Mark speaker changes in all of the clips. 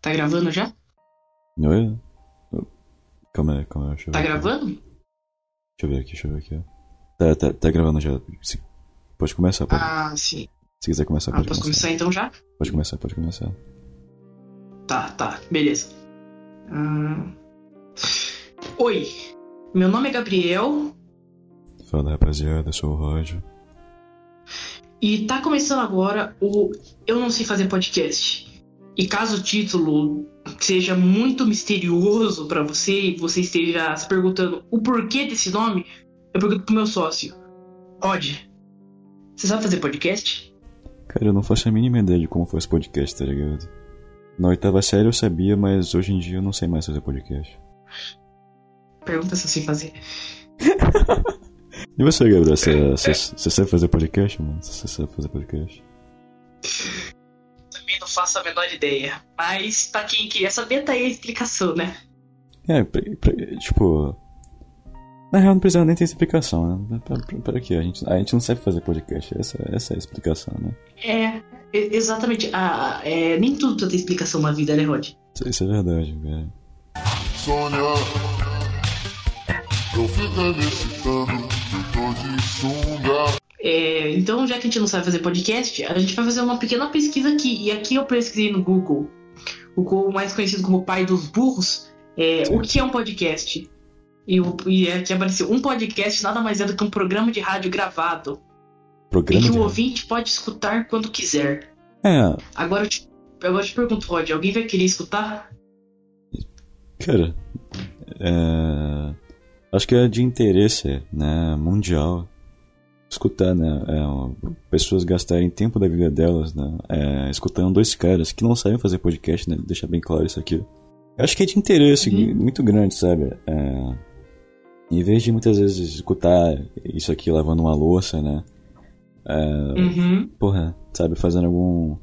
Speaker 1: Tá gravando já?
Speaker 2: Oi? é? Calma aí, calma aí, deixa eu ver.
Speaker 1: Tá
Speaker 2: aqui.
Speaker 1: gravando?
Speaker 2: Deixa eu ver aqui, deixa eu ver aqui. Tá, tá, tá gravando já. Se- Pode começar, pode.
Speaker 1: Ah, sim.
Speaker 2: Se quiser começar,
Speaker 1: Ah,
Speaker 2: pode
Speaker 1: posso
Speaker 2: começar.
Speaker 1: começar então já?
Speaker 2: Pode começar, pode começar.
Speaker 1: Tá, tá, beleza. Ah, Oi, meu nome é Gabriel
Speaker 2: Fala rapaziada, eu sou o Roger.
Speaker 1: e tá começando agora o Eu Não Sei Fazer Podcast. E caso o título seja muito misterioso pra você e você esteja se perguntando o porquê desse nome, eu pergunto pro meu sócio, Rod. Você sabe fazer podcast?
Speaker 2: Cara, eu não faço a mínima ideia de como faz podcast, tá ligado? Na oitava série eu sabia, mas hoje em dia eu não sei mais fazer podcast.
Speaker 1: Pergunta se eu sei fazer.
Speaker 2: E você, Gabriel,
Speaker 1: É.
Speaker 2: você, você, você sabe fazer podcast, mano? Você sabe fazer podcast?
Speaker 1: Também não faço a menor ideia. Mas pra quem queria saber, tá aí a explicação, né?
Speaker 2: É, pra- pra- tipo. Na real, não precisava nem ter explicação, né? Pra, pra, pra quê? A gente, a gente não sabe fazer podcast, essa, essa é a explicação, né?
Speaker 1: É, e- exatamente. Ah, é, nem tudo tem explicação na vida, né, Rod?
Speaker 2: Isso, isso é verdade, cara.
Speaker 3: Sonha, não fica me excitando, eu tô de sunga.
Speaker 1: É, então, já que a gente não sabe fazer podcast, a gente vai fazer uma pequena pesquisa aqui. E aqui eu pesquisei no Google, o Google mais conhecido como pai dos burros, é,
Speaker 2: Sim.
Speaker 1: o que é um podcast. E, o- e aqui apareceu, um podcast nada mais é do que um programa de rádio gravado,
Speaker 2: Programa
Speaker 1: e que
Speaker 2: de...
Speaker 1: o ouvinte pode escutar quando quiser.
Speaker 2: É,
Speaker 1: Agora eu te, agora eu te pergunto, Rod, alguém vai querer escutar?
Speaker 2: cara. É... Acho que é de interesse, né? Mundial. Escutar, né? é, ó, pessoas gastarem tempo da vida delas, né? é, escutando dois caras que não sabem fazer podcast, né? Deixar bem claro isso aqui. Eu acho que é de interesse
Speaker 1: Uhum.
Speaker 2: muito grande, sabe? É, em vez de muitas vezes escutar isso aqui lavando uma louça, né?
Speaker 1: Uhum.
Speaker 2: porra, sabe, fazendo algum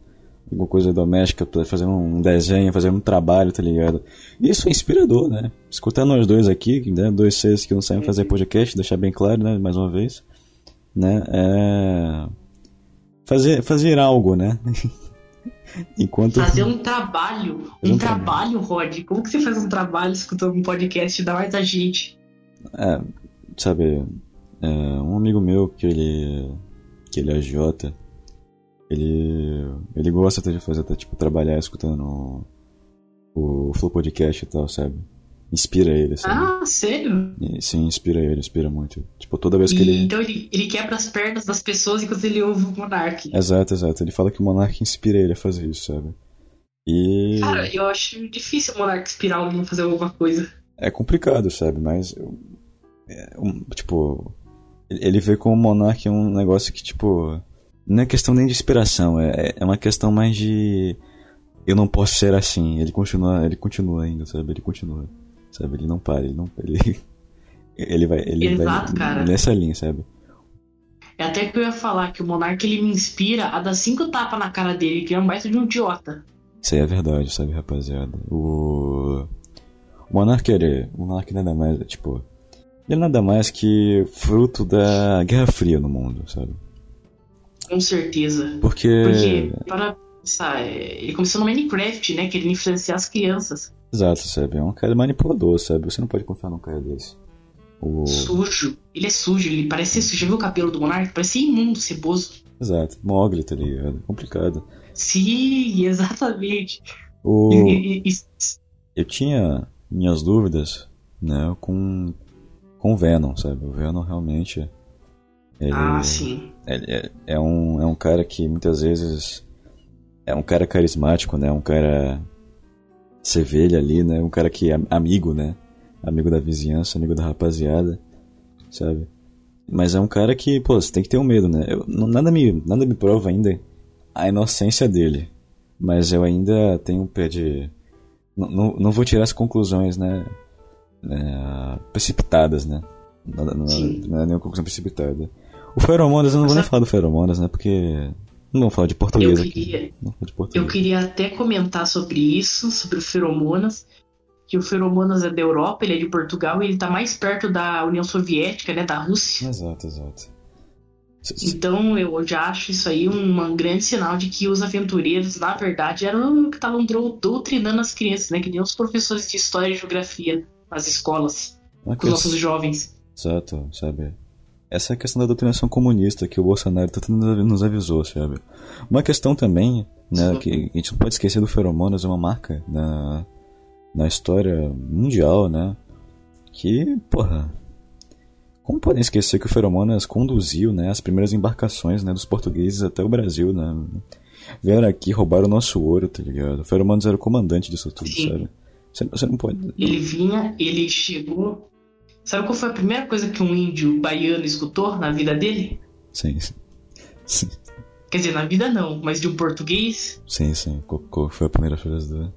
Speaker 2: alguma coisa doméstica, pra- fazendo um desenho, fazendo um trabalho, tá ligado? Isso é inspirador, né? Escutar nós dois aqui, né, dois seres que não sabem fazer
Speaker 1: Uhum.
Speaker 2: podcast, deixar bem claro, né, mais uma vez, né, é... fazer fazer algo, né? Enquanto
Speaker 1: Fazer um trabalho.
Speaker 2: Fazer
Speaker 1: Um,
Speaker 2: um
Speaker 1: trabalho, Rod. Como que você faz um trabalho escutando um podcast da mais da gente?
Speaker 2: É, sabe, é, um amigo meu que ele que ele é agiota, ele ele gosta até de fazer até tipo trabalhar escutando o, o Flow Podcast e tal, sabe? Inspira ele, sabe?
Speaker 1: Ah, sério?
Speaker 2: E, sim, inspira ele, inspira muito. Tipo, toda vez que
Speaker 1: E,
Speaker 2: ele
Speaker 1: então ele, ele quebra as pernas das pessoas enquanto ele ouve o Monark.
Speaker 2: Exato, exato. Ele fala que o Monark inspira ele a fazer isso, sabe? E
Speaker 1: Cara, eu acho difícil o Monark inspirar alguém a fazer alguma coisa.
Speaker 2: é complicado, sabe? Mas, eu- é, um, tipo, ele ele vê como o Monark é um negócio que, tipo, não é questão nem de inspiração, é, é uma questão mais de eu não posso ser assim. Ele continua, ele continua ainda, sabe? Ele continua, sabe? Ele não para, ele não, ele, ele vai, ele
Speaker 1: Exato,
Speaker 2: vai
Speaker 1: cara.
Speaker 2: nessa linha, sabe?
Speaker 1: É até que eu ia falar que o Monark ele me inspira a dar cinco tapas na cara dele, que é mais de um idiota.
Speaker 2: Isso aí é verdade, sabe, rapaziada? O. O Monark, ele. O Monark nada mais, é, tipo. Ele é nada mais que fruto da Guerra Fria no mundo, sabe?
Speaker 1: Com certeza.
Speaker 2: Porque.
Speaker 1: Porque, para pensar, é, ele começou no Minecraft, né? Querendo influenciar as crianças.
Speaker 2: Exato, sabe? É um cara manipulador, sabe? Você não pode confiar num cara desse. O...
Speaker 1: Sujo. Ele é sujo, ele parece ser sujo. Já viu o cabelo do Monark? Parece imundo, ceboso.
Speaker 2: Exato. Mogli, tá ligado? Complicado.
Speaker 1: Sim, exatamente.
Speaker 2: O...
Speaker 1: E- e- e-
Speaker 2: eu tinha minhas dúvidas, né, com com o Venom, sabe? O Venom realmente ele,
Speaker 1: Ah, sim.
Speaker 2: ele é, é um é um cara que muitas vezes é um cara carismático, né? Um cara você vê ele ali, né? Um cara que é amigo, né? Amigo da vizinhança, amigo da rapaziada, sabe? Mas é um cara que, pô, você tem que ter um medo, né? Eu- não- nada me nada me prova ainda a inocência dele, mas eu ainda tenho um pé de não, não, não vou tirar as conclusões, né? é, precipitadas, né? Não, não,
Speaker 1: Sim.
Speaker 2: não é nenhuma conclusão precipitada. O Feromonas, eu não vou nem falar do Feromonas, né? Porque. Não vou falar de
Speaker 1: Eu
Speaker 2: português aqui.
Speaker 1: queria,
Speaker 2: Não vou falar de
Speaker 1: eu
Speaker 2: português.
Speaker 1: queria até comentar sobre isso, sobre o Feromonas. Que o Feromonas é da Europa, ele é de Portugal e ele tá mais perto da União Soviética, né? Da Rússia.
Speaker 2: Exato, exato.
Speaker 1: Então eu já acho isso aí um grande sinal de que os aventureiros, na verdade, eram que estavam doutrinando as crianças, né? Que nem os professores de história e geografia nas escolas,
Speaker 2: Uma
Speaker 1: com os
Speaker 2: questão-
Speaker 1: nossos jovens.
Speaker 2: Exato, sabe? Essa é a questão da doutrinação comunista que o Bolsonaro tanto nos nos avisou, sabe? Uma questão também, né,
Speaker 1: Sim.
Speaker 2: que a gente não pode esquecer do feromônios, é uma marca na, na história mundial, né? Que, porra... Como podem esquecer que o feromônios conduziu, né, as primeiras embarcações, né, dos portugueses até o Brasil, né? Vieram aqui, roubaram o nosso ouro, tá ligado? O feromônios era o comandante disso tudo,
Speaker 1: Sim.
Speaker 2: sabe? Você, você não pode...
Speaker 1: Ele vinha, ele chegou. Sabe qual foi a primeira coisa que um índio baiano escutou na vida dele?
Speaker 2: Sim, sim. sim.
Speaker 1: Quer dizer, na vida não, mas de um português
Speaker 2: Sim, sim. Qual, qual foi a primeira frase do.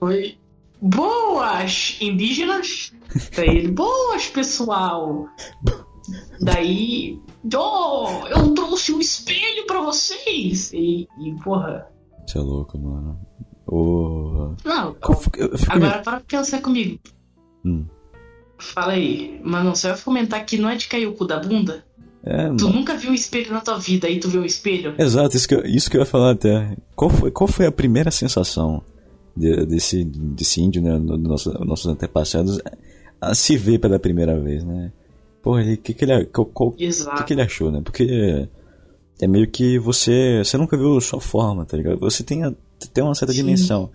Speaker 1: foi. Boas, indígenas! Daí ele, boas, pessoal! Daí, oh, eu trouxe um espelho pra vocês! E, e porra,
Speaker 2: Você é louco, mano. Ô.
Speaker 1: não.
Speaker 2: Eu fico- eu fico-
Speaker 1: Agora para pensar comigo.
Speaker 2: Hum.
Speaker 1: Fala aí, mas não, você vai comentar que não é de cair o cu da bunda?
Speaker 2: É,
Speaker 1: Tu
Speaker 2: mano.
Speaker 1: nunca viu um espelho na tua vida aí tu vê um espelho?
Speaker 2: Exato, isso que, eu, isso que eu ia falar até. Qual foi, qual foi a primeira sensação de- desse, desse índio, né? no- do nosso- nossos antepassados, a se ver pela primeira vez, né? Porra, ele, que que ele, é, qual, qual- o que,
Speaker 1: Exato.
Speaker 2: que ele achou, né? Porque é meio que você. Você nunca viu só forma, tá ligado? Você tem, a- tem uma certa
Speaker 1: Sim.
Speaker 2: dimensão.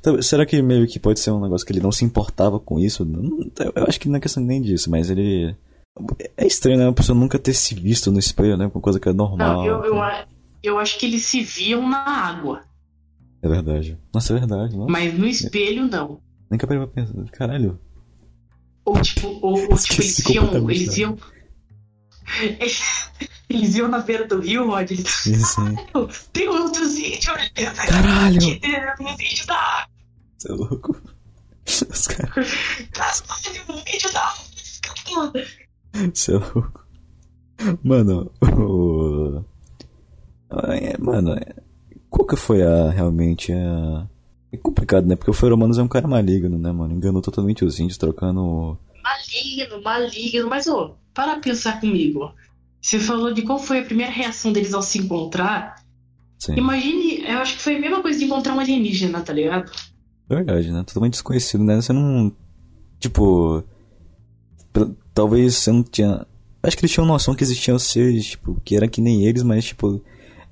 Speaker 2: Então, será que meio que pode ser um negócio que ele não se importava com isso? Não- Eu acho que não é questão nem disso, mas ele. É estranho, né? Uma pessoa nunca ter se visto no espelho, né? Uma coisa que é normal.
Speaker 1: Não, eu, eu, a- eu acho que eles se viam na água,
Speaker 2: É verdade. Nossa, é verdade. Nossa,
Speaker 1: mas no espelho não.
Speaker 2: Nunca parei pra pensar. Caralho.
Speaker 1: Ou tipo, ou, ou, tipo eles
Speaker 2: Esqueci
Speaker 1: viam.
Speaker 2: completamente, né?
Speaker 1: Eles viam. Eles iam na beira do rio, Rod. Eles...
Speaker 2: Isso, hein?
Speaker 1: Tem outros índios, olha,
Speaker 2: Caralho!
Speaker 1: tem um vídeo da água,
Speaker 2: Você é louco? Os caras.
Speaker 1: tem um vídeo da água.
Speaker 2: Você é louco. Mano, o. É, Mano, é- qual que foi a. Realmente a. É complicado, né? Porque o Feromonas é um cara maligno, né, mano? Enganou totalmente os índios trocando.
Speaker 1: Maligno, maligno. Mas, ô, para pensar comigo. ó. Você falou de qual foi a primeira reação deles ao se encontrar.
Speaker 2: Sim.
Speaker 1: Imagine, eu acho que foi a mesma coisa de encontrar um alienígena, tá ligado?
Speaker 2: Verdade, né? Totalmente desconhecido, né? Você não. Tipo. pela- Talvez você não tinha. Acho que eles tinham noção que existiam seres, tipo, que era que nem eles, mas, tipo.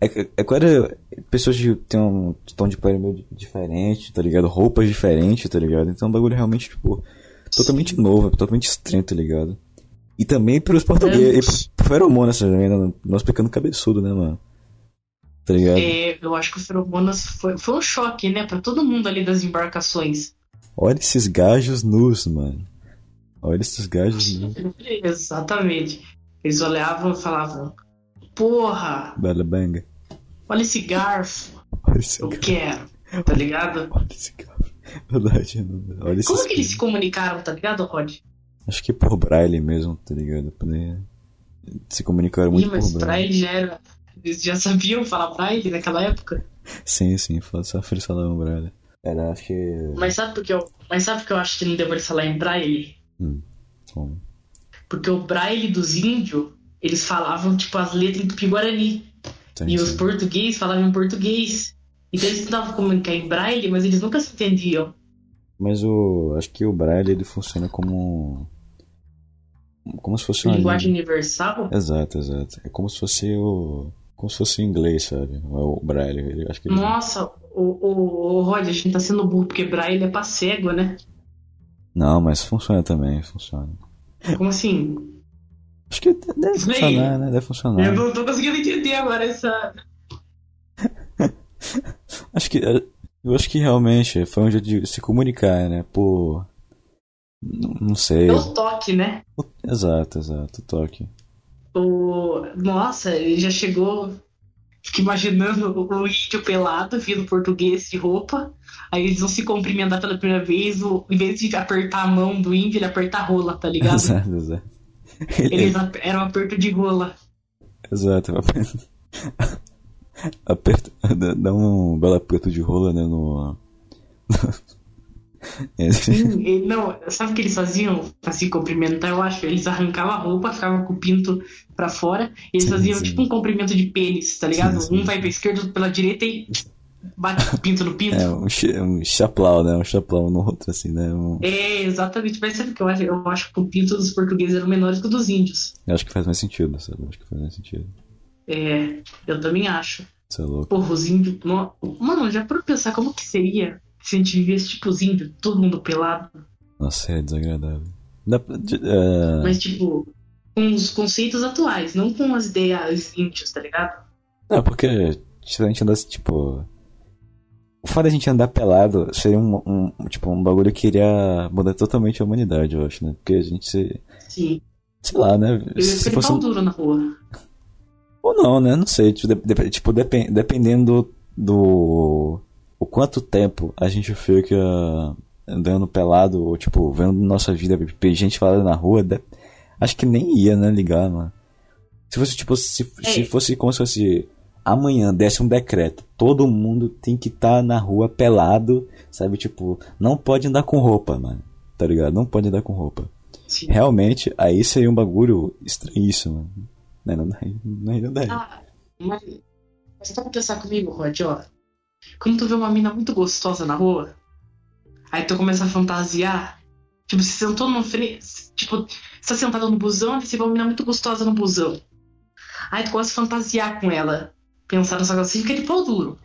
Speaker 2: É, é- é quando era- pessoas que têm um tom de pele meio di- diferente, tá ligado? Roupas diferentes, tá ligado? Então é um bagulho realmente, tipo, totalmente novo, totalmente estranho, tá ligado? E também pros portugueses, e pro- pro feromonas também, né? Nós pecando cabeçudo, né, mano? Tá ligado?
Speaker 1: É, eu acho que o Feromonas foi, foi um choque, né, pra todo mundo ali das embarcações.
Speaker 2: Olha esses gajos nus, mano. Olha esses gajos nus.
Speaker 1: Exatamente. Eles olhavam e falavam: Porra,
Speaker 2: Balabanga.
Speaker 1: olha esse garfo,
Speaker 2: Olha esse
Speaker 1: eu
Speaker 2: cara.
Speaker 1: quero, tá ligado?
Speaker 2: Olha esse cara. Verdade, mano. Olha
Speaker 1: Como
Speaker 2: esses
Speaker 1: que eles se comunicaram, tá ligado, Rod?
Speaker 2: Acho que é por Braille mesmo, tá ligado? Poder... Se comunicaram É muito né?
Speaker 1: Ih, mas
Speaker 2: por
Speaker 1: pra
Speaker 2: Braille.
Speaker 1: ele já era. Eles já sabiam falar pra ele naquela época.
Speaker 2: Sim, sim, fa- só frissalão Braille. Era, acho que.
Speaker 1: Mas sabe por que eu, mas sabe por que eu acho que não deveria falar em braille?
Speaker 2: Bom,
Speaker 1: Porque o braille dos índios, eles falavam tipo as letras em tupi-guarani.
Speaker 2: tem
Speaker 1: E os
Speaker 2: sim.
Speaker 1: portugueses falavam em português. Então eles tentavam comunicar em braille, mas eles nunca se entendiam.
Speaker 2: Mas o. Acho que o Braille ele funciona como. Como se fosse uma
Speaker 1: Linguagem universal?
Speaker 2: Exato, exato. É como se fosse o. Como se fosse o inglês, sabe? O Braille. Ele, acho que ele-
Speaker 1: Nossa, o, o, o Rod, a gente tá sendo burro, porque braille é pra cego, né?
Speaker 2: Não, mas funciona também, funciona.
Speaker 1: Como assim?
Speaker 2: Acho que de- deve
Speaker 1: Isso aí.
Speaker 2: funcionar, né? Deve
Speaker 1: Eu
Speaker 2: funcionar.
Speaker 1: não tô conseguindo entender agora essa.
Speaker 2: Acho que. eh, Eu acho que realmente foi um jeito de se comunicar, né? Por. Não, não sei.
Speaker 1: É o toque, né?
Speaker 2: Exato, exato. Toque.
Speaker 1: O... Nossa, ele já chegou. Fico imaginando o índio pelado vindo português de roupa. Aí eles vão se cumprimentar pela primeira vez. O... Em vez de apertar a mão do índio, ele aperta a rola, tá ligado?
Speaker 2: Exato, exato. Ele-
Speaker 1: Eles ap- Era um aperto de rola.
Speaker 2: Exato. Aperta, dá- dá um belo aperto de rola, né, no...
Speaker 1: Sim, ele- não, sabe o que eles faziam pra se cumprimentar? Eu acho. Eles arrancavam a roupa, ficavam com o pinto pra fora. E eles
Speaker 2: Sim,
Speaker 1: faziam
Speaker 2: sim.
Speaker 1: tipo um comprimento de pênis, tá ligado?
Speaker 2: Sim, sim.
Speaker 1: Um vai pra esquerda, outro pela direita e bate com o pinto no pinto.
Speaker 2: É, um, chi- um chaplau, né? Um chaplau no outro, assim, né? Um-
Speaker 1: É, exatamente. Mas sabe o que eu acho? Eu acho que o pinto dos portugueses eram menores que o dos índios.
Speaker 2: Eu acho que faz mais sentido, sabe? Eu acho que faz mais sentido.
Speaker 1: É, eu também acho.
Speaker 2: Isso é louco.
Speaker 1: Porra, os índios. no- Mano, já para pensar como que seria se a gente vivesse tipo os índios, todo mundo pelado.
Speaker 2: Nossa, é desagradável. Dá pra- de- é,
Speaker 1: Mas, tipo, com os conceitos atuais, não com as ideias índios, tá ligado?
Speaker 2: Não, é porque se a gente andasse, tipo. O fato de a gente andar pelado seria um, um- tipo, um bagulho que iria mudar totalmente a humanidade, eu acho, né? Porque a gente se.
Speaker 1: Sim.
Speaker 2: Sei lá, né?
Speaker 1: Eu ia
Speaker 2: Se
Speaker 1: ficar de
Speaker 2: fosse.
Speaker 1: pau duro na rua.
Speaker 2: Ou não, né? Não sei. Tipo, dep- tipo, depen- dependendo do. O quanto tempo a gente fica andando pelado, ou tipo, vendo nossa vida, gente falando na rua, de- acho que nem ia, né? Ligar, mano. Se fosse, tipo, se, se
Speaker 1: É.
Speaker 2: fosse como se fosse. Amanhã desse um decreto, todo mundo tem que estar na rua pelado, sabe? Tipo, não pode andar com roupa, mano. Tá ligado? Não pode andar com roupa.
Speaker 1: Sim.
Speaker 2: Realmente, aí seria um bagulho estranhíssimo. Né? Não, daria- não, não daria.
Speaker 1: Ah, mas mas só pra pensar comigo, Rod, ó. Quando tu vê uma mina muito gostosa na rua, aí tu começa a fantasiar. Tipo, você sentou no frente. Tipo, você tá sentado no busão e você vê uma mina muito gostosa no busão. Aí tu começa a fantasiar com ela. Pensar nessa coisa, assim, você fica de pau duro.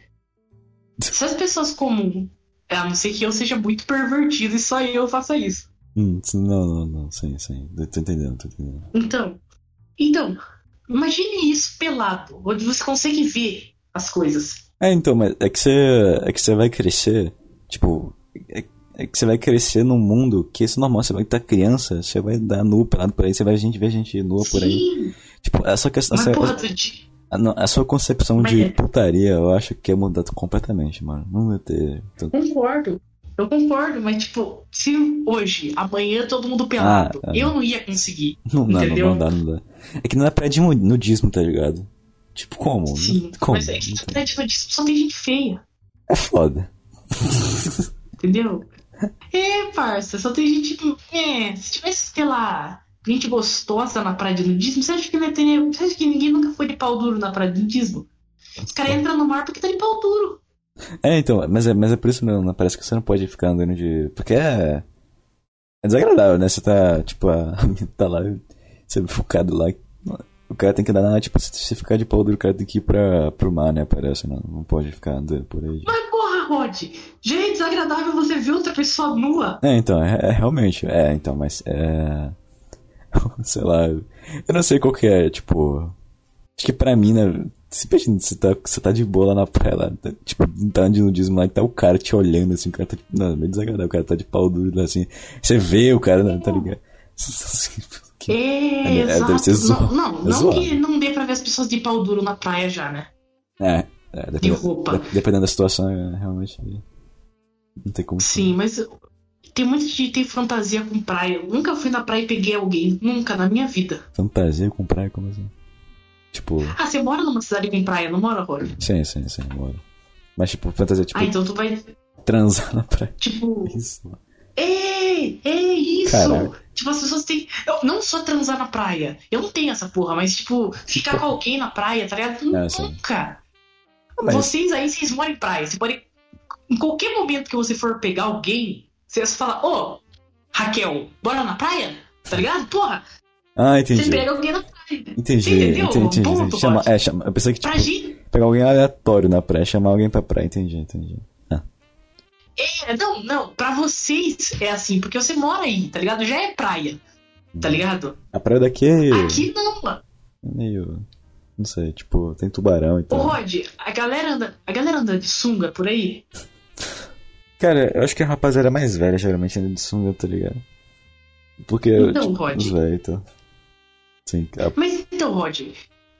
Speaker 1: Se as pessoas comuns, a não ser que eu seja muito pervertido e só eu faça isso.
Speaker 2: Hum, sim, não, não, não, sim, sim. Eu Tô entendendo, tô entendendo.
Speaker 1: Então, então, imagine isso pelado, onde você consegue ver as coisas.
Speaker 2: É, então, mas é que você, é que você vai crescer, tipo, é, é que você vai crescer num mundo que isso é normal, você vai estar criança, você vai dar nu pelado por aí, você vai gente ver gente nua por aí.
Speaker 1: Sim,
Speaker 2: Tipo, a sua questão,
Speaker 1: mas
Speaker 2: essa-
Speaker 1: porra, tu di-
Speaker 2: a, não, a sua concepção
Speaker 1: Mas
Speaker 2: de
Speaker 1: é.
Speaker 2: putaria, eu acho que é mudado completamente, mano. Não ia ter tanto...
Speaker 1: concordo. Eu concordo, mas tipo, se hoje, amanhã todo mundo pelado,
Speaker 2: Ah, ah.
Speaker 1: eu não ia conseguir.
Speaker 2: Não, não, não,
Speaker 1: Entendeu?
Speaker 2: não dá, não dá. É que não é pra de mu- nudismo, tá ligado? Tipo, como? Não-
Speaker 1: Sim,
Speaker 2: como?
Speaker 1: mas é que
Speaker 2: Não
Speaker 1: tu
Speaker 2: tem.
Speaker 1: tá tipo, disso, só tem gente feia,
Speaker 2: É foda.
Speaker 1: entendeu? É, parça, só tem gente. É, se tivesse, sei lá, gente gostosa na praia de nudismo, você acha que não ia ter. Você acha que ninguém nunca foi de pau duro na praia de nudismo? Os caras entram no mar porque tá de pau duro.
Speaker 2: É, então, mas é, mas é por isso mesmo, né? Parece que você não pode ficar andando de. Porque é. É desagradável, né? Você tá, tipo, a a mina tá lá, você focado lá. O cara tem que andar na. Tipo, se se ficar de pau duro, o cara tem que ir pra, pro mar, né? Parece, não, não pode ficar andando por aí.
Speaker 1: Mas porra, Rod, já é desagradável você ver outra pessoa nua.
Speaker 2: É, então, é, é realmente. É, então, mas. É. sei lá. Eu não sei qual que é, tipo. Acho que pra mim, né? Se imagina, você tá, você tá de boa lá na praia, lá, tá, tipo, tá de nudismo lá e tá o cara te olhando assim, o cara tá tipo, não, é meio desagradável, o cara tá de pau duro lá assim. Você vê o cara, né, tá ligado?
Speaker 1: É,
Speaker 2: é, deve
Speaker 1: exato.
Speaker 2: ser zo-
Speaker 1: Não, não,
Speaker 2: é
Speaker 1: não
Speaker 2: zoado.
Speaker 1: que não dê pra ver as pessoas de pau duro na praia já, né?
Speaker 2: É, é
Speaker 1: De
Speaker 2: dependendo,
Speaker 1: roupa.
Speaker 2: de- dependendo da situação, é, realmente. Não tem como.
Speaker 1: Sim, mas tem muita gente que tem fantasia com praia. Eu nunca fui na praia e peguei alguém. Nunca na minha vida.
Speaker 2: Fantasia com praia, como assim? Tipo,
Speaker 1: Ah, você mora numa cidade com praia, não mora, Rod?
Speaker 2: sim, sim, sim, moro. Mas, tipo, fantasia, tipo,
Speaker 1: Ah, então tu vai,
Speaker 2: transar na praia.
Speaker 1: tipo.
Speaker 2: Isso.
Speaker 1: É, é isso!
Speaker 2: Caraca.
Speaker 1: Tipo, as pessoas têm. eu- não só transar na praia. Eu não tenho essa porra, mas, tipo, ficar com alguém na praia, tá ligado?
Speaker 2: É, sim.
Speaker 1: Nunca! Ah,
Speaker 2: mas-
Speaker 1: Vocês aí, vocês moram em praia. Você pode. Em qualquer momento que você for pegar alguém, você fala, ô, Raquel, bora na praia? Tá ligado? Porra,
Speaker 2: Ah,
Speaker 1: você
Speaker 2: entendi.
Speaker 1: pega alguém na praia.
Speaker 2: Entendi,
Speaker 1: Entendeu?
Speaker 2: entendi, entendi.
Speaker 1: um Ponto,
Speaker 2: Chama-
Speaker 1: Rocha.
Speaker 2: é, chama- eu pensei que tipo,
Speaker 1: Pra gente.
Speaker 2: pegar alguém aleatório na praia, chamar alguém pra praia, entendi, entendi.
Speaker 1: é, não, não. Pra vocês é assim, porque você mora aí, tá ligado? Já é praia, tá ligado?
Speaker 2: A praia daqui é
Speaker 1: Aqui não, mano.
Speaker 2: meio. Não sei, tipo, tem tubarão e
Speaker 1: Ô,
Speaker 2: tal.
Speaker 1: Rod, a galera, anda, a galera anda de sunga por aí?
Speaker 2: Cara, eu acho que a rapaziada mais velha geralmente anda de sunga, tá ligado? Porque.
Speaker 1: Então,
Speaker 2: tipo,
Speaker 1: Rod.
Speaker 2: Os velhos, então. Sim, ah,
Speaker 1: Mas então, Rod,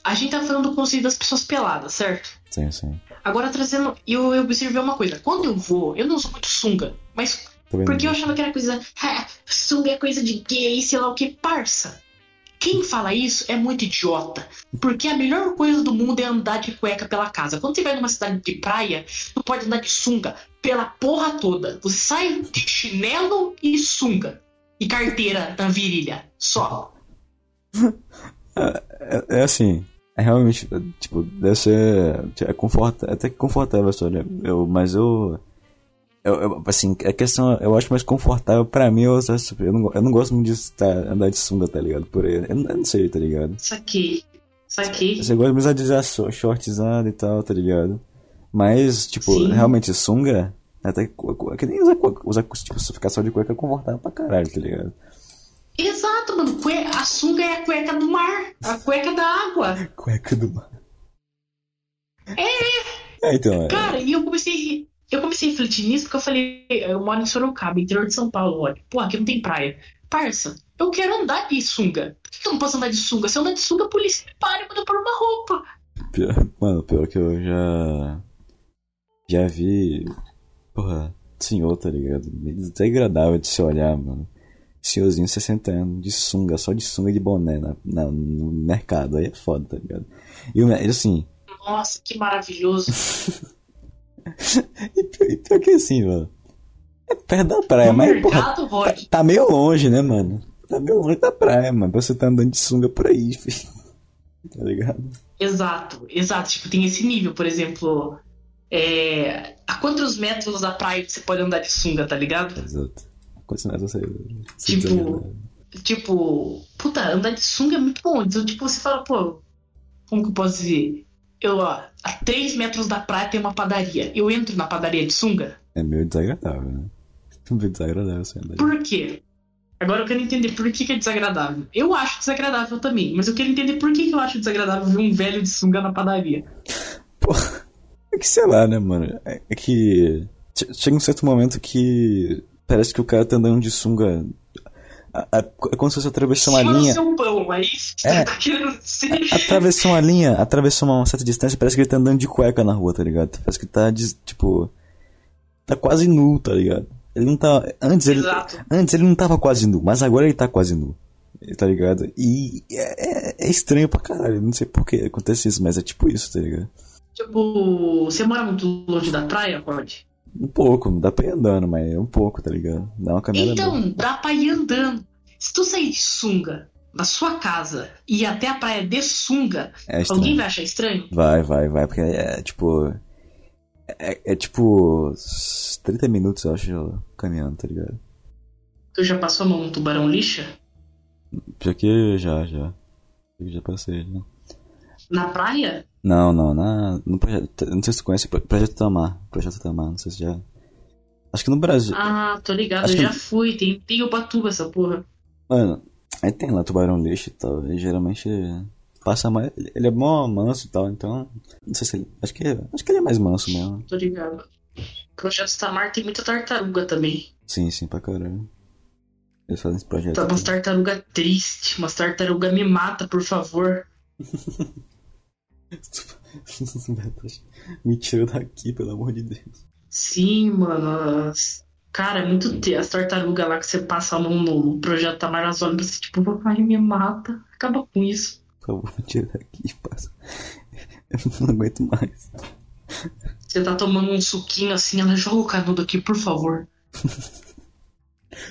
Speaker 1: a gente tá falando do conceito das pessoas peladas, certo?
Speaker 2: sim, sim.
Speaker 1: Agora trazendo. Eu, eu observei uma coisa. Quando eu vou, eu não uso muito sunga. Mas
Speaker 2: Tô vendo.
Speaker 1: porque eu achava que era coisa. "Ah, sunga é coisa de gay, sei lá o que, parça. Quem fala isso é muito idiota. Porque a melhor coisa do mundo é andar de cueca pela casa. Quando você vai numa cidade de praia, tu pode andar de sunga pela porra toda. Você sai de chinelo e sunga. E carteira na virilha. Só.
Speaker 2: É, é assim, é realmente, tipo, deve ser. É confortável, até que confortável a história. né? Eu, mas eu, eu, eu, Assim, a questão, eu acho mais confortável pra mim. Eu, eu, não, eu não gosto muito de estar, andar de sunga, tá ligado? Por aí. Eu, não- eu não sei, tá ligado?
Speaker 1: Saquei. Saquei.
Speaker 2: Você gosta mais de usar so- shortzada e tal, tá ligado? Mas, tipo,
Speaker 1: Sim.
Speaker 2: realmente sunga. Até que cu- cu- que nem usar cueca, usar, tipo, se ficar só de cueca é confortável pra caralho, tá ligado?
Speaker 1: Exato, mano. Cue- A sunga é a cueca do mar. A cueca da água.
Speaker 2: Cueca do mar. É! então, é.
Speaker 1: Cara, e eu comecei. Eu comecei a refletir nisso porque eu falei, eu moro em Sorocaba, interior de São Paulo, olha. Pô, aqui não tem praia. Parça, eu quero andar de sunga. Por que que eu não posso andar de sunga? Se eu andar de sunga, a polícia me para e manda pôr uma roupa.
Speaker 2: Pior, mano, pior que eu já. Já vi. Porra, senhor, tá ligado? Desagradável de se olhar, mano. Senhorzinho 60 anos, de sunga, só de sunga e de boné na, na- no mercado. Aí é foda, tá ligado? E o me- e assim.
Speaker 1: Nossa, que maravilhoso.
Speaker 2: E pior, e pior que assim, mano. É perto da praia,
Speaker 1: no
Speaker 2: mas, porra,
Speaker 1: mercado,
Speaker 2: tá,
Speaker 1: Rod.
Speaker 2: tá meio longe, né, mano? Tá meio longe da praia, mano. Pra Você tá andando de sunga por aí, filho. Tá ligado?
Speaker 1: Exato, exato. Tipo, tem esse nível, por exemplo. é, A quantos metros da praia você pode andar de sunga, tá ligado?
Speaker 2: Exato. Continua essa tá
Speaker 1: Tipo, Tipo, puta, andar de sunga é muito bom. Então, tipo, você fala, pô, como que eu posso dizer? Eu, ó, a 3 metros da praia tem uma padaria. Eu entro na padaria de sunga?
Speaker 2: É meio desagradável, né? Meio desagradável assim, né?
Speaker 1: Por quê? Agora eu quero entender por que, que é desagradável. Eu acho desagradável também, mas eu quero entender por que, que eu acho desagradável ver um velho de sunga na padaria.
Speaker 2: É que sei lá, né, mano? É, é que. che- Chega um certo momento que. Parece que o cara tá andando de sunga. a- a- É como se fosse atravessar uma
Speaker 1: Fora o
Speaker 2: linha.
Speaker 1: seu pão, é isso que você
Speaker 2: É.
Speaker 1: tá querendo dizer?
Speaker 2: Atravessou uma linha, atravessou uma certa distância, parece que ele tá andando de cueca na rua, tá ligado? Parece que tá, des- tipo. Tá quase nu, tá ligado? Ele não tá. Antes ele,
Speaker 1: Exato.
Speaker 2: antes ele não tava quase nu, mas agora ele tá quase nu. Tá ligado? E é, é- é estranho pra caralho, não sei por que acontece isso, mas é tipo isso, tá ligado?
Speaker 1: Tipo, você mora muito longe da praia, Rod?
Speaker 2: Um pouco, não dá pra ir andando, mas é um pouco, tá ligado? Dá uma caminhada boa.
Speaker 1: Então, dá pra ir andando. Se tu sair de sunga da sua casa e ir até a praia de sunga,
Speaker 2: É estranho.
Speaker 1: alguém vai achar estranho?
Speaker 2: Vai, vai, vai, porque é, tipo. É, é tipo. uns 30 minutos, eu acho, já caminhando, tá ligado?
Speaker 1: Tu já passou a mão num tubarão lixa?
Speaker 2: Pior que já, já. Eu já passei, né? já.
Speaker 1: Na praia?
Speaker 2: Não, não, na, no projeto. Não sei se tu conhece, pro- Projeto Tamar. Projeto Tamar, não sei se já. Acho que no Brasil.
Speaker 1: Ah, tô ligado,
Speaker 2: Acho
Speaker 1: eu
Speaker 2: que-
Speaker 1: já fui. Tem, tem Ubatuba essa porra.
Speaker 2: Mano, aí tem lá tubarão lixo e tal, e geralmente passa mais. Ele é mó manso e tal, então. Não sei se ele. Acho que, acho que ele é mais manso mesmo.
Speaker 1: Tô ligado. Projeto Tamar tem muita tartaruga também.
Speaker 2: Sim, sim, pra caramba. Eles fazem esse projeto.
Speaker 1: Tá umas tartaruga triste, umas tartaruga me mata, por favor.
Speaker 2: Me tira daqui, pelo amor de Deus.
Speaker 1: Sim, mano. as- Cara, é muito te... as tartarugas lá que você passa a mão no projeto Tamar nas olhas, você tipo, ai, me mata. Acaba com isso.
Speaker 2: Por favor, me tira daqui, passa. Eu não aguento mais.
Speaker 1: Você tá tomando um suquinho assim, ela joga o canudo aqui, por favor.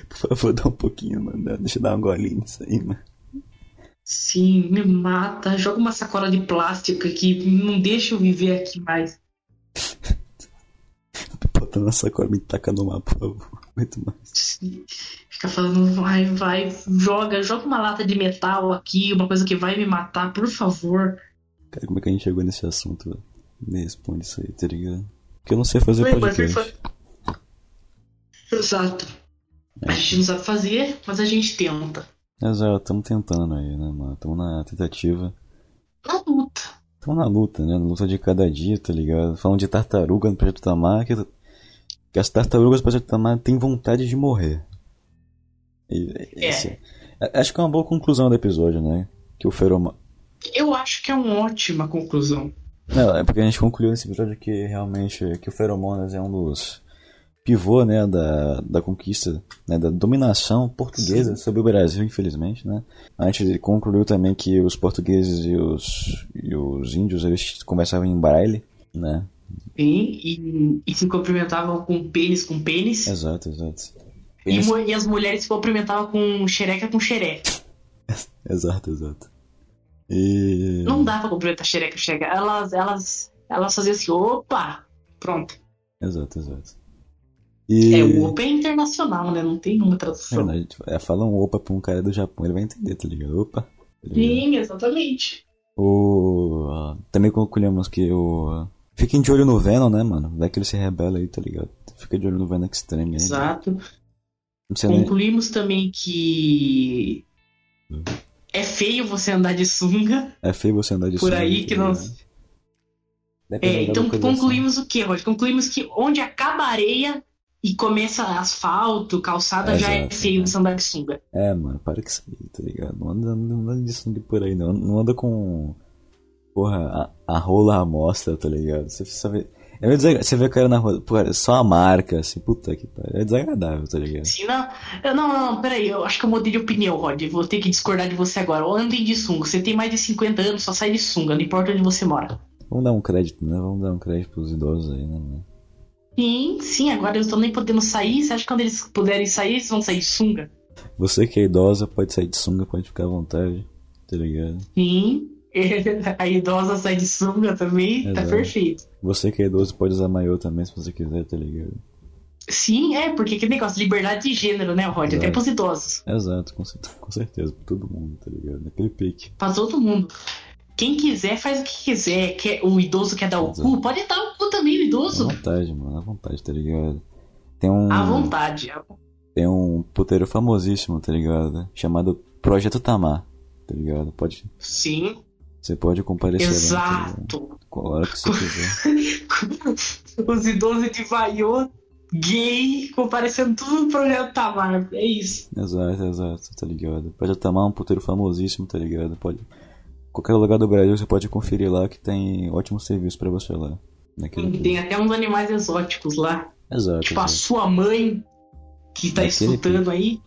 Speaker 2: Por favor, dá um pouquinho, mano. Deixa eu dar um golinho nisso aí, mano.
Speaker 1: Sim, me mata. Joga uma sacola de plástico aqui, não deixa eu viver aqui mais.
Speaker 2: Bota na sacola, me taca no mar, por favor. Não aguento mais.
Speaker 1: Sim. Fica falando, vai, vai, joga, joga uma lata de metal aqui, uma coisa que vai me matar, por favor.
Speaker 2: Cara, como é que a gente chegou nesse assunto, velho? Me responde isso aí, tá ligado? Porque eu não sei fazer
Speaker 1: Ué, mas
Speaker 2: podcast.
Speaker 1: foi- Exato. A gente não sabe fazer, mas a gente tenta.
Speaker 2: Mas já estamos tentando aí, né, mano? Estamos na tentativa.
Speaker 1: Na luta.
Speaker 2: Estamos na luta, né? Na luta de cada dia, tá ligado? Falando de tartaruga no Projeto Tamar, que, que as tartarugas do Projeto Tamar têm vontade de morrer. E- e-
Speaker 1: É.
Speaker 2: esse- a- acho que é uma boa conclusão do episódio, né? Que o feromônio.
Speaker 1: Eu acho que é uma ótima conclusão.
Speaker 2: Não, é porque a gente concluiu nesse episódio que realmente que o Feromonas é um dos pivô, né, da, da conquista, né, da dominação portuguesa sobre o Brasil, infelizmente, né. A gente concluiu também que os portugueses e os, e os índios, eles conversavam em braille, né,
Speaker 1: Sim, e, e se cumprimentavam com pênis com pênis.
Speaker 2: Exato, exato.
Speaker 1: E,
Speaker 2: Pênis-
Speaker 1: mo- e as mulheres se cumprimentavam com xereca com xereca.
Speaker 2: Exato, exato. E.
Speaker 1: Não dá pra cumprimentar xereca com xereca. Elas, elas, elas faziam assim, opa! Pronto.
Speaker 2: Exato, exato. E.
Speaker 1: É, o opa é internacional, né? Não tem uma
Speaker 2: É,
Speaker 1: tradução.
Speaker 2: né, tipo, é, fala um opa pra um cara do Japão, ele vai entender, tá ligado? Opa. Tá ligado?
Speaker 1: Sim, exatamente.
Speaker 2: O... ah, Também concluímos que o. Fiquem de olho no Venom, né, mano? Vai que ele se rebela aí, tá ligado? Fica de olho no Venom Extreme aí.
Speaker 1: Exato.
Speaker 2: Não sei nem.
Speaker 1: Concluímos também que é feio você andar de sunga
Speaker 2: É feio você andar de
Speaker 1: por
Speaker 2: sunga,
Speaker 1: aí que
Speaker 2: tá
Speaker 1: nós.
Speaker 2: ligado? Dependendo
Speaker 1: É,
Speaker 2: da
Speaker 1: então
Speaker 2: localização.
Speaker 1: concluímos o quê, Roger? Concluímos que onde acaba a areia e começa asfalto, calçada, já é
Speaker 2: Exato,
Speaker 1: feio
Speaker 2: né?
Speaker 1: você andar de sunga.
Speaker 2: É, mano, para com isso aí, tá ligado? Não anda, não anda de sunga por aí, não. Não anda com. Porra, a, a rola à mostra, tá ligado? Você só vê. É meio desagradável. Você vê o cara na rola. Pô, é só a marca, assim, puta que pariu. É desagradável, tá ligado?
Speaker 1: Se Assim, não, eu- não, não, não, peraí, eu acho que eu mudei de opinião, Roger. Vou ter que discordar de você agora. Andem de sunga. Você tem mais de 50 anos, só sai de sunga, não importa onde você mora.
Speaker 2: Vamos dar um crédito, né? Vamos dar um crédito pros idosos aí, né, mano?
Speaker 1: Sim, sim, agora eles estão nem podendo sair. Você acha que quando eles puderem sair, eles vão sair de sunga?
Speaker 2: Você que é idosa pode sair de sunga, pode ficar à vontade, tá ligado?
Speaker 1: Sim. A idosa sai de sunga também, tá
Speaker 2: Exato.
Speaker 1: perfeito.
Speaker 2: Você que é idoso pode usar maiô também se você quiser, tá ligado?
Speaker 1: Sim, é, porque que negócio, liberdade de gênero, né, Roger? Até
Speaker 2: Exato.
Speaker 1: pros idosos.
Speaker 2: Exato, com, cer- com certeza, pra todo mundo, tá ligado? Naquele pique.
Speaker 1: Pra todo mundo. Quem quiser, faz o que quiser. Quer, o idoso quer dar o
Speaker 2: Exato.
Speaker 1: cu, pode dar o cu também, o
Speaker 2: À
Speaker 1: idoso.
Speaker 2: vontade, mano, à vontade, tá ligado? Tem um.
Speaker 1: À vontade.
Speaker 2: Tem um puteiro famosíssimo, tá ligado? Chamado Projeto Tamar, tá ligado? Pode,
Speaker 1: Sim,
Speaker 2: você pode comparecer lá, tá ligado?
Speaker 1: exato.
Speaker 2: Com a hora que você quiser.
Speaker 1: Os idosos de vaiô, gay, comparecendo tudo no projeto Tamar. É isso.
Speaker 2: Exato, exato, tá ligado? Projeto Tamar é um puteiro famosíssimo, tá ligado? Pode... Qualquer lugar do Brasil você pode conferir lá que tem ótimo serviço pra você lá. Naquele
Speaker 1: Tem até uns animais exóticos lá.
Speaker 2: Exato,
Speaker 1: Tipo, a
Speaker 2: exato.
Speaker 1: sua mãe, que tá
Speaker 2: Daquele
Speaker 1: escutando aí.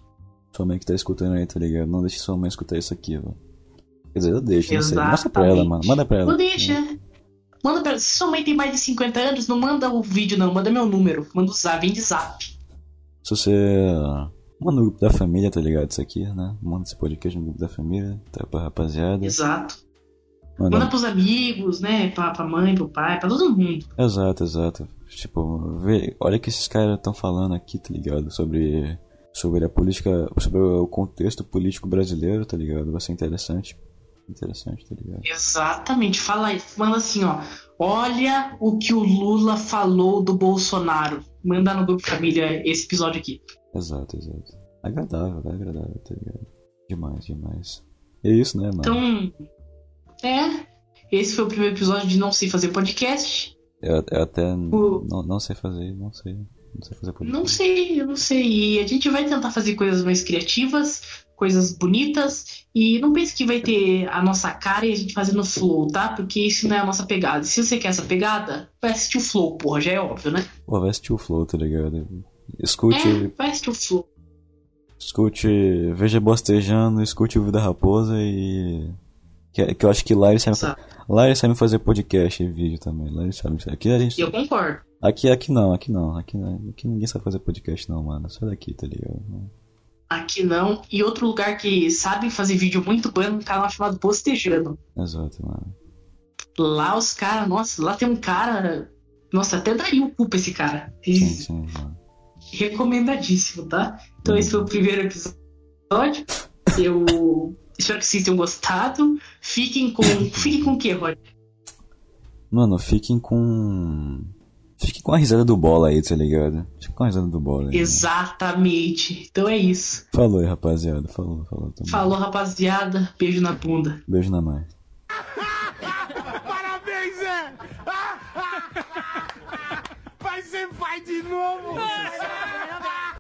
Speaker 2: Sua mãe que tá escutando aí, tá ligado? Não deixe sua mãe escutar isso aqui, velho. Quer dizer, eu deixo, não sei. Mostra pra ela,
Speaker 1: Exatamente.
Speaker 2: mano. Manda pra ela.
Speaker 1: Não deixa. Manda pra... Se sua mãe tem mais de 50 anos, não manda o vídeo, não. Manda meu número. Manda o zap, vem de zap.
Speaker 2: Se você. Manda no grupo da família, tá ligado? Isso aqui, né? Manda esse podcast no grupo da família, tá pra rapaziada.
Speaker 1: Exato.
Speaker 2: Manda...
Speaker 1: Manda pros amigos, né? Pra, pra mãe, pro pai, pra todo mundo.
Speaker 2: Exato, exato. Tipo, vê, olha o que esses caras estão falando aqui, tá ligado? Sobre. Sobre a política. Sobre o contexto político brasileiro, tá ligado? Vai ser interessante. Interessante, tá ligado?
Speaker 1: Exatamente. Fala aí. Manda assim, ó. Olha o que o Lula falou do Bolsonaro. Manda no grupo de família esse episódio aqui.
Speaker 2: Exato, exato. Agradável, tá agradável, tá ligado? Demais, demais. E é isso, né, mano?
Speaker 1: Então, é. Esse foi o primeiro episódio de Não Sei Fazer Podcast.
Speaker 2: Eu, eu até
Speaker 1: O-
Speaker 2: não, não sei fazer, não sei. Não sei fazer política.
Speaker 1: Não sei, eu não sei. E a gente vai tentar fazer coisas mais criativas, coisas bonitas. E não pense que vai ter a nossa cara e a gente fazendo flow, tá? Porque isso não é a nossa pegada. E se você quer essa pegada, vai assistir o flow, porra, já é óbvio, né?
Speaker 2: Pô, vai assistir o Flow, tá ligado? Escute,
Speaker 1: É, vai assistir o flow.
Speaker 2: escute, veja bostejando, escute o Vida Raposa e. Que, que eu acho que lá eles sabem,
Speaker 1: Sabe?
Speaker 2: lá eles sabem fazer podcast e vídeo também. Lá eles sabem. Aqui a gente.
Speaker 1: Eu concordo.
Speaker 2: Aqui, aqui não, aqui não. Aqui, não- aqui ninguém sabe fazer podcast não, mano. Só daqui, tá ligado?
Speaker 1: Aqui não. E outro lugar que sabe fazer vídeo muito bom é um canal chamado Postejando.
Speaker 2: Exato, mano.
Speaker 1: Lá os caras, nossa, lá tem um cara. Nossa, até daria o cu pra esse cara.
Speaker 2: Sim,
Speaker 1: Esse-
Speaker 2: sim, mano.
Speaker 1: recomendadíssimo, tá? Então esse foi o primeiro episódio. Eu espero que vocês tenham gostado. Fiquem com. Fiquem com o que, Roger?
Speaker 2: Mano, fiquem com. Fiquem com a risada do bola aí, tá ligado? Fiquem com a risada do bola aí. né?
Speaker 1: Exatamente. Então é isso.
Speaker 2: Falou aí, rapaziada. Falou, falou. Tamo...
Speaker 1: Falou, rapaziada. Beijo na bunda.
Speaker 2: Beijo na mãe.
Speaker 4: Parabéns, Zé! Mas você vai de novo!